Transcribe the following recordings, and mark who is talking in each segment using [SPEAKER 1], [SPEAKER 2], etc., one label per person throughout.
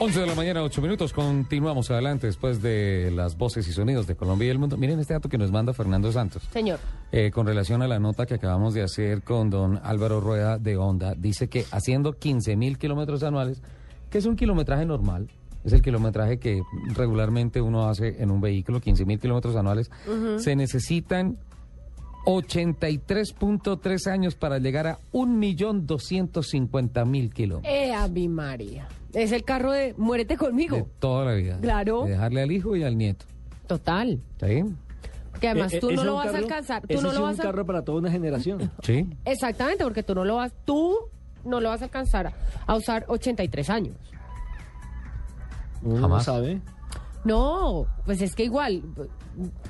[SPEAKER 1] 11 de la mañana, 8 minutos. Continuamos adelante después de las voces y sonidos de Colombia y el mundo. Miren este dato que nos manda Fernando Santos.
[SPEAKER 2] Señor.
[SPEAKER 1] Eh, con relación a la nota que acabamos de hacer con don Álvaro Rueda de Honda, dice que haciendo 15 mil kilómetros anuales, que es un kilometraje normal, es el kilometraje que regularmente uno hace en un vehículo, 15 mil kilómetros anuales, se necesitan 83.3 años para llegar a 1.250.000 kilómetros.
[SPEAKER 2] Eh, Ave María. Es el carro de muérete
[SPEAKER 1] De
[SPEAKER 2] conmigo.
[SPEAKER 1] toda la vida.
[SPEAKER 2] Claro.
[SPEAKER 1] De dejarle al hijo y al nieto.
[SPEAKER 2] Total.
[SPEAKER 1] ¿Sí?
[SPEAKER 2] Que además
[SPEAKER 3] Eh,
[SPEAKER 2] tú
[SPEAKER 3] eh,
[SPEAKER 2] no
[SPEAKER 3] ese
[SPEAKER 2] lo vas
[SPEAKER 3] es un
[SPEAKER 2] a
[SPEAKER 3] carro-
[SPEAKER 2] alcanzar. Tú
[SPEAKER 3] ese
[SPEAKER 2] no
[SPEAKER 3] es
[SPEAKER 2] lo
[SPEAKER 3] un
[SPEAKER 2] vas a...
[SPEAKER 3] carro para toda una generación.
[SPEAKER 1] Sí.
[SPEAKER 2] Exactamente, porque tú no lo vas... Tú no lo vas a alcanzar a, a usar 83 años.
[SPEAKER 3] Uno
[SPEAKER 1] Jamás.
[SPEAKER 3] no sabe.
[SPEAKER 2] No, pues es que igual...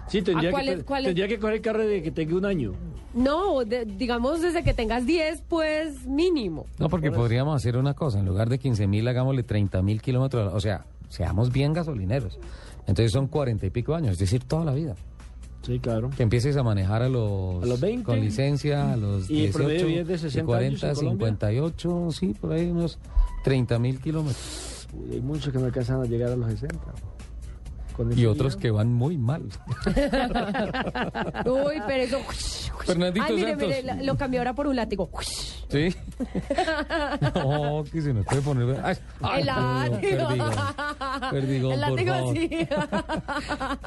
[SPEAKER 3] Sí, tendría,
[SPEAKER 2] ¿A cuál
[SPEAKER 3] que,
[SPEAKER 2] es- cuál es?
[SPEAKER 3] tendría que coger el carro de que tenga un año.
[SPEAKER 2] No, de- digamos desde que tengas 10, pues mínimo.
[SPEAKER 1] No, porque podríamos hacer una cosa, en lugar de 15 mil, hagámosle 30 mil kilómetros, o sea, seamos bien gasolineros. Entonces son 40 y pico años, es decir, toda la vida.
[SPEAKER 3] Sí, claro.
[SPEAKER 1] Que empieces a manejar a los,
[SPEAKER 3] A los 20.
[SPEAKER 1] con licencia, a los
[SPEAKER 3] Y
[SPEAKER 1] 18,
[SPEAKER 3] promedio de vida de 60
[SPEAKER 1] y 40,
[SPEAKER 3] años en Colombia.
[SPEAKER 1] 58, sí, por ahí unos 30 mil kilómetros.
[SPEAKER 3] Uy, hay muchos que no alcanzan a llegar a los 60. Con
[SPEAKER 1] Y
[SPEAKER 3] ese
[SPEAKER 1] otros
[SPEAKER 3] día.
[SPEAKER 1] que van muy mal.
[SPEAKER 2] Uy, pero eso...
[SPEAKER 1] Fernandito
[SPEAKER 2] Ay, mire, mire,
[SPEAKER 1] Santos.
[SPEAKER 2] la- lo cambié ahora por un látigo.
[SPEAKER 1] ¿Sí? No, que se nos puede poner... Ay, ay,
[SPEAKER 2] el
[SPEAKER 1] no,
[SPEAKER 2] látigo.
[SPEAKER 1] perdigón, perdigón,
[SPEAKER 2] el
[SPEAKER 1] por
[SPEAKER 2] látigo
[SPEAKER 1] favor.
[SPEAKER 2] sí.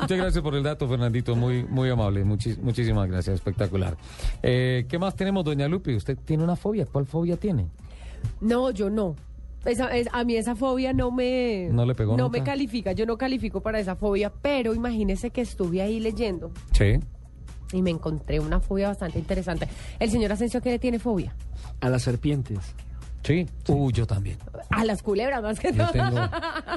[SPEAKER 1] Muchas gracias por el dato, Fernandito. Muy, muy amable. Muchis- muchísimas gracias. Espectacular. Eh, ¿Qué más tenemos, doña Lupe? Usted tiene una fobia. ¿Cuál fobia tiene?
[SPEAKER 2] No, yo no. Esa- es- a mí esa fobia no me...
[SPEAKER 1] No le pegó
[SPEAKER 2] No
[SPEAKER 1] nunca.
[SPEAKER 2] me califica, yo no califico para esa fobia, pero imagínese que estuve ahí leyendo
[SPEAKER 1] Sí.
[SPEAKER 2] y me encontré una fobia bastante interesante. El señor Asensio que le tiene fobia.
[SPEAKER 3] A las serpientes.
[SPEAKER 1] Sí. Uy, yo también.
[SPEAKER 2] A las culebras más que
[SPEAKER 1] Yo
[SPEAKER 2] todo.
[SPEAKER 1] tengo.
[SPEAKER 3] No,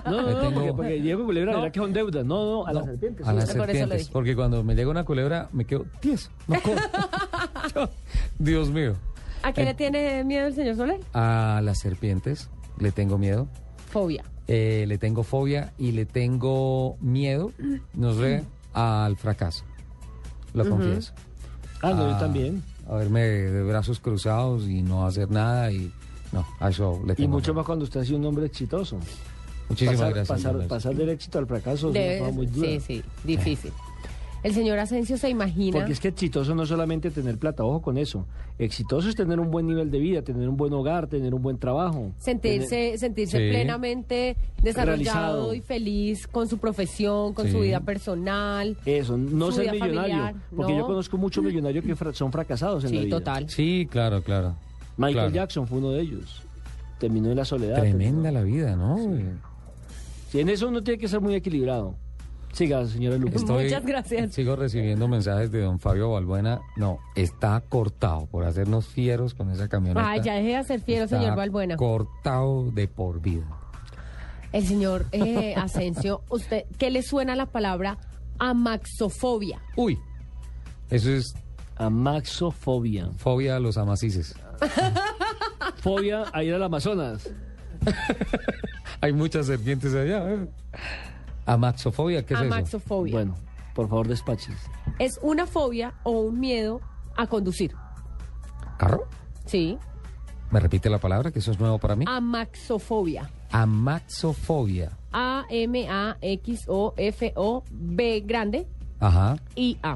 [SPEAKER 3] no,
[SPEAKER 1] Le
[SPEAKER 3] no,
[SPEAKER 1] tengo-
[SPEAKER 3] porque, porque Diego Culebra
[SPEAKER 1] No.
[SPEAKER 3] verá que son deudas. No, no, a las
[SPEAKER 1] No,
[SPEAKER 3] serpientes.
[SPEAKER 1] a
[SPEAKER 3] sí.
[SPEAKER 1] las
[SPEAKER 2] Por eso lo
[SPEAKER 1] serpientes,
[SPEAKER 2] dije.
[SPEAKER 1] porque cuando me llega una culebra me quedo 10. No corro. Yo- Dios mío.
[SPEAKER 2] ¿A qué le tiene miedo el señor Soler?
[SPEAKER 1] A las serpientes le tengo miedo.
[SPEAKER 2] Fobia.
[SPEAKER 1] eh, le tengo fobia y le tengo miedo, no sé, al fracaso. Lo confieso.
[SPEAKER 3] Ah, no, yo
[SPEAKER 1] a-
[SPEAKER 3] también.
[SPEAKER 1] A verme de, de brazos cruzados y no hacer nada y no, a eso le
[SPEAKER 3] Y
[SPEAKER 1] tengo
[SPEAKER 3] mucho
[SPEAKER 1] miedo.
[SPEAKER 3] más cuando usted ha sido un hombre exitoso.
[SPEAKER 1] Muchísimas
[SPEAKER 3] pasar,
[SPEAKER 1] gracias.
[SPEAKER 3] Pasar,
[SPEAKER 1] Leonel.
[SPEAKER 3] pasar del éxito al fracaso
[SPEAKER 2] Debe-
[SPEAKER 3] es una cosa muy dura.
[SPEAKER 2] sí, sí, difícil. El señor Asensio se imagina...
[SPEAKER 3] Porque es que exitoso no es solamente tener plata, ojo con eso. Exitoso es tener un buen nivel de vida, tener un buen hogar, tener un buen trabajo.
[SPEAKER 2] Sentirse, sentirse
[SPEAKER 1] Sí.
[SPEAKER 2] plenamente desarrollado
[SPEAKER 3] Realizado.
[SPEAKER 2] y feliz con su profesión, con
[SPEAKER 1] Sí.
[SPEAKER 2] su vida personal.
[SPEAKER 3] Eso, no
[SPEAKER 2] Su
[SPEAKER 3] ser
[SPEAKER 2] vida
[SPEAKER 3] millonario.
[SPEAKER 2] familiar,
[SPEAKER 3] porque
[SPEAKER 2] ¿no?
[SPEAKER 3] yo conozco muchos millonarios que fra- son fracasados en la
[SPEAKER 2] Sí,
[SPEAKER 3] vida.
[SPEAKER 2] total.
[SPEAKER 1] Sí, claro, claro.
[SPEAKER 3] Michael
[SPEAKER 1] Claro.
[SPEAKER 3] Jackson fue uno de ellos. Terminó en la soledad.
[SPEAKER 1] Tremenda la vida, ¿no?
[SPEAKER 3] terminó- Sí, en eso uno tiene que ser muy equilibrado. Siga, señora Lucas.
[SPEAKER 2] Muchas gracias.
[SPEAKER 1] Sigo recibiendo mensajes de don Fabio Balbuena. No, está cortado por hacernos fieros con esa camioneta.
[SPEAKER 2] Ay, ya deje de hacer fiero,
[SPEAKER 1] Está
[SPEAKER 2] señor Valbuena.
[SPEAKER 1] Cortado de por vida.
[SPEAKER 2] El señor eh, Asensio, ¿usted qué le suena la palabra amaxofobia?
[SPEAKER 1] Uy, eso es
[SPEAKER 3] Amaxofobia.
[SPEAKER 1] fobia a los amacices.
[SPEAKER 3] Fobia a ir al Amazonas.
[SPEAKER 1] Hay muchas serpientes allá. ¿eh? Amaxofobia, ¿qué es eso?
[SPEAKER 2] amaxofobia.
[SPEAKER 3] Bueno, por favor, despaches.
[SPEAKER 2] Es una fobia o un miedo a conducir.
[SPEAKER 1] ¿Carro?
[SPEAKER 2] Sí.
[SPEAKER 1] ¿Me repite la palabra? Que eso es nuevo para mí.
[SPEAKER 2] Ah. Amaxofobia.
[SPEAKER 1] Amaxofobia.
[SPEAKER 2] A-M-A-X-O-F-O-B grande
[SPEAKER 1] Ajá.
[SPEAKER 2] y A.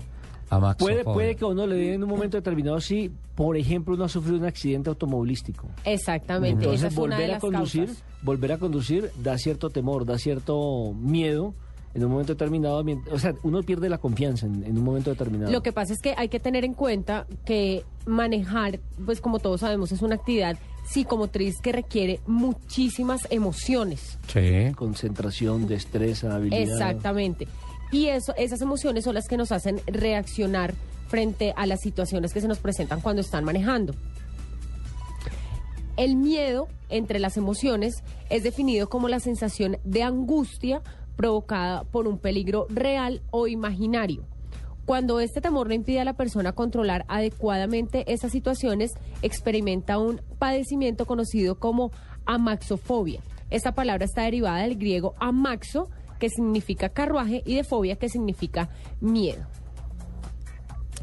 [SPEAKER 1] Amaxofobia.
[SPEAKER 3] Puede, puede que a uno le dé en un momento determinado si, por ejemplo, uno ha sufrido un accidente automovilístico.
[SPEAKER 2] Exactamente.
[SPEAKER 3] Entonces,
[SPEAKER 2] esa es una de
[SPEAKER 3] volver a
[SPEAKER 2] las
[SPEAKER 3] conducir,
[SPEAKER 2] causas.
[SPEAKER 3] volver a conducir da cierto temor, da cierto miedo en un momento determinado. mien- O sea, uno pierde la confianza en, en un momento determinado.
[SPEAKER 2] Lo que pasa es que hay que tener en cuenta que manejar, pues como todos sabemos, es una actividad psicomotriz que requiere muchísimas emociones.
[SPEAKER 1] Sí.
[SPEAKER 3] Concentración, destreza, habilidad.
[SPEAKER 2] Exactamente. Y eso, esas emociones son las que nos hacen reaccionar frente a las situaciones que se nos presentan cuando están manejando. El miedo entre las emociones es definido como la sensación de angustia provocada por un peligro real o imaginario. Cuando este temor le impide a la persona controlar adecuadamente esas situaciones, experimenta un padecimiento conocido como amaxofobia. Esta palabra está derivada del griego amaxo, que significa carruaje, y de fobia, que significa miedo.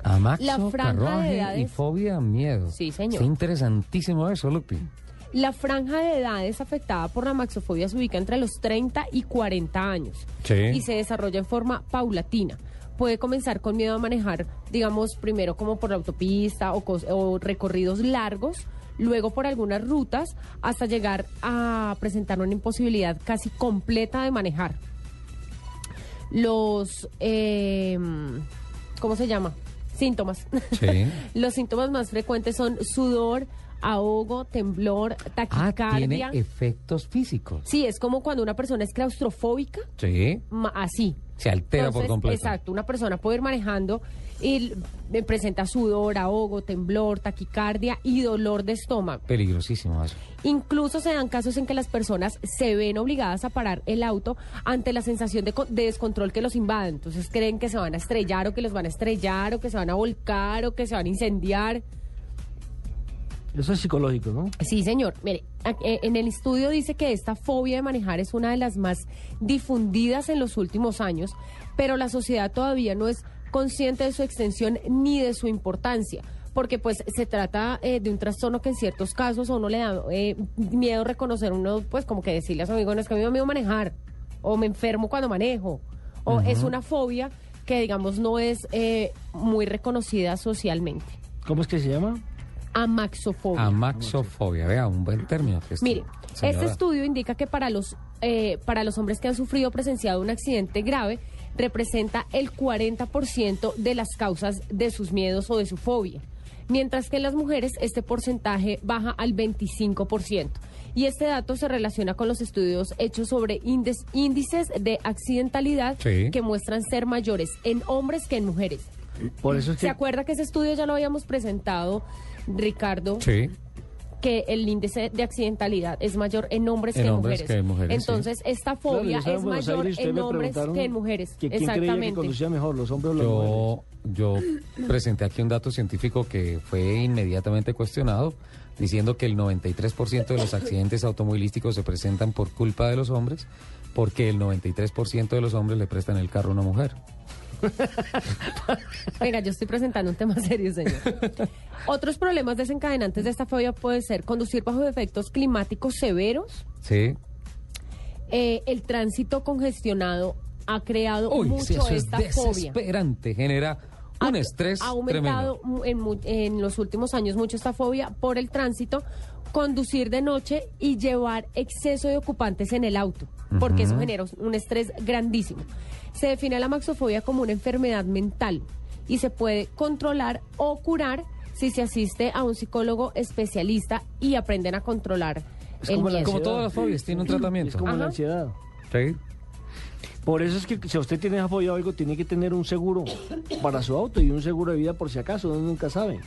[SPEAKER 1] Amaxo,
[SPEAKER 2] La franja de
[SPEAKER 1] carruaje y
[SPEAKER 2] edades.
[SPEAKER 1] fobia, miedo.
[SPEAKER 2] Sí, señor.
[SPEAKER 1] Está interesantísimo eso, Lupi.
[SPEAKER 2] La franja de edades afectada por la maxofobia se ubica entre los 30 y 40 años
[SPEAKER 1] Sí.
[SPEAKER 2] y se desarrolla en forma paulatina. Puede comenzar con miedo a manejar, digamos, primero como por la autopista o, cos- o recorridos largos, luego por algunas rutas, hasta llegar a presentar una imposibilidad casi completa de manejar. Los, eh, ¿cómo se llama? Síntomas.
[SPEAKER 1] Sí.
[SPEAKER 2] Los síntomas más frecuentes son sudor, ahogo, temblor,
[SPEAKER 1] Ah,
[SPEAKER 2] taquicardia.
[SPEAKER 1] tiene efectos físicos.
[SPEAKER 2] sí, es como cuando una persona es claustrofóbica,
[SPEAKER 1] Sí.
[SPEAKER 2] ma- así.
[SPEAKER 1] Se altera por
[SPEAKER 2] Entonces,
[SPEAKER 1] completo.
[SPEAKER 2] Exacto, una persona puede ir manejando y l- eh, presenta sudor, ahogo, temblor, taquicardia y dolor de estómago.
[SPEAKER 1] Peligrosísimo eso.
[SPEAKER 2] Incluso se dan casos en que las personas se ven obligadas a parar el auto ante la sensación de, co- de descontrol que los invade. Entonces creen que se van a estrellar o que los van a estrellar o que se van a volcar o que se van a incendiar.
[SPEAKER 3] Eso es psicológico, ¿no?
[SPEAKER 2] Sí, señor. Mire, a- eh, en el estudio dice que esta fobia de manejar es una de las más difundidas en los últimos años, pero la sociedad todavía no es consciente de su extensión ni de su importancia, porque pues se trata eh, de un trastorno que en ciertos casos a uno le da eh, miedo reconocer, uno pues como que decirle a su amigo, no es que a mí me da miedo manejar, o me enfermo cuando manejo, o es una fobia que digamos no es eh, muy reconocida socialmente.
[SPEAKER 3] ¿Cómo es que se llama?
[SPEAKER 2] Amaxofobia.
[SPEAKER 1] Amaxofobia, vea, un buen término. que es-
[SPEAKER 2] Mire, este
[SPEAKER 1] señora.
[SPEAKER 2] estudio indica que para los, eh, para los hombres que han sufrido o presenciado un accidente grave, representa el 40% de las causas de sus miedos o de su fobia. Mientras que en las mujeres este porcentaje baja al 25%. Y este dato se relaciona con los estudios hechos sobre índes- índices de accidentalidad
[SPEAKER 1] Sí.
[SPEAKER 2] que muestran ser mayores en hombres que en mujeres.
[SPEAKER 3] Por eso es
[SPEAKER 2] ¿Se
[SPEAKER 3] que
[SPEAKER 2] acuerda que ese estudio ya lo habíamos presentado, Ricardo?
[SPEAKER 1] Sí,
[SPEAKER 2] que el índice de accidentalidad es mayor en hombres,
[SPEAKER 1] En
[SPEAKER 2] que, en
[SPEAKER 1] hombres
[SPEAKER 2] mujeres.
[SPEAKER 1] que en mujeres,
[SPEAKER 2] Entonces, esta
[SPEAKER 3] Claro, yo
[SPEAKER 2] fobia
[SPEAKER 3] estaba en
[SPEAKER 2] es
[SPEAKER 3] Buenos
[SPEAKER 2] mayor
[SPEAKER 3] Aires, ustedes
[SPEAKER 2] en
[SPEAKER 3] me
[SPEAKER 2] hombres
[SPEAKER 3] preguntaron
[SPEAKER 2] que en mujeres.
[SPEAKER 3] que ¿Quién creía que
[SPEAKER 2] Exactamente.
[SPEAKER 3] conducía mejor, los hombres o las mujeres?
[SPEAKER 1] yo, yo presenté aquí un dato científico que fue inmediatamente cuestionado, diciendo que el 93% de los accidentes automovilísticos se presentan por culpa de los hombres, porque el 93% de los hombres le prestan el carro a una mujer.
[SPEAKER 2] Venga, yo estoy presentando un tema serio, señor. Otros problemas desencadenantes de esta fobia pueden ser conducir bajo efectos climáticos severos,
[SPEAKER 1] Sí.
[SPEAKER 2] eh, el tránsito congestionado ha creado
[SPEAKER 1] Uy,
[SPEAKER 2] mucho
[SPEAKER 1] sí, eso es
[SPEAKER 2] esta fobia.
[SPEAKER 1] desesperante, genera un
[SPEAKER 2] ha-
[SPEAKER 1] estrés
[SPEAKER 2] ha
[SPEAKER 1] tremendo.
[SPEAKER 2] aumentado mu- en, mu- en los últimos años mucho esta fobia por el tránsito, conducir de noche y llevar exceso de ocupantes en el auto, porque eso genera un estrés grandísimo. Se define la maxofobia como una enfermedad mental y se puede controlar o curar si se asiste a un psicólogo especialista y aprenden a controlar
[SPEAKER 3] Es
[SPEAKER 2] el
[SPEAKER 3] como la
[SPEAKER 2] miedo.
[SPEAKER 1] Como todas las fobias, tiene un
[SPEAKER 3] Es
[SPEAKER 1] tratamiento.
[SPEAKER 3] como
[SPEAKER 2] Ajá.
[SPEAKER 3] la ansiedad.
[SPEAKER 1] Sí.
[SPEAKER 3] Por eso es que si usted tiene apoyado algo, tiene que tener un seguro para su auto y un seguro de vida por si acaso, uno nunca sabe.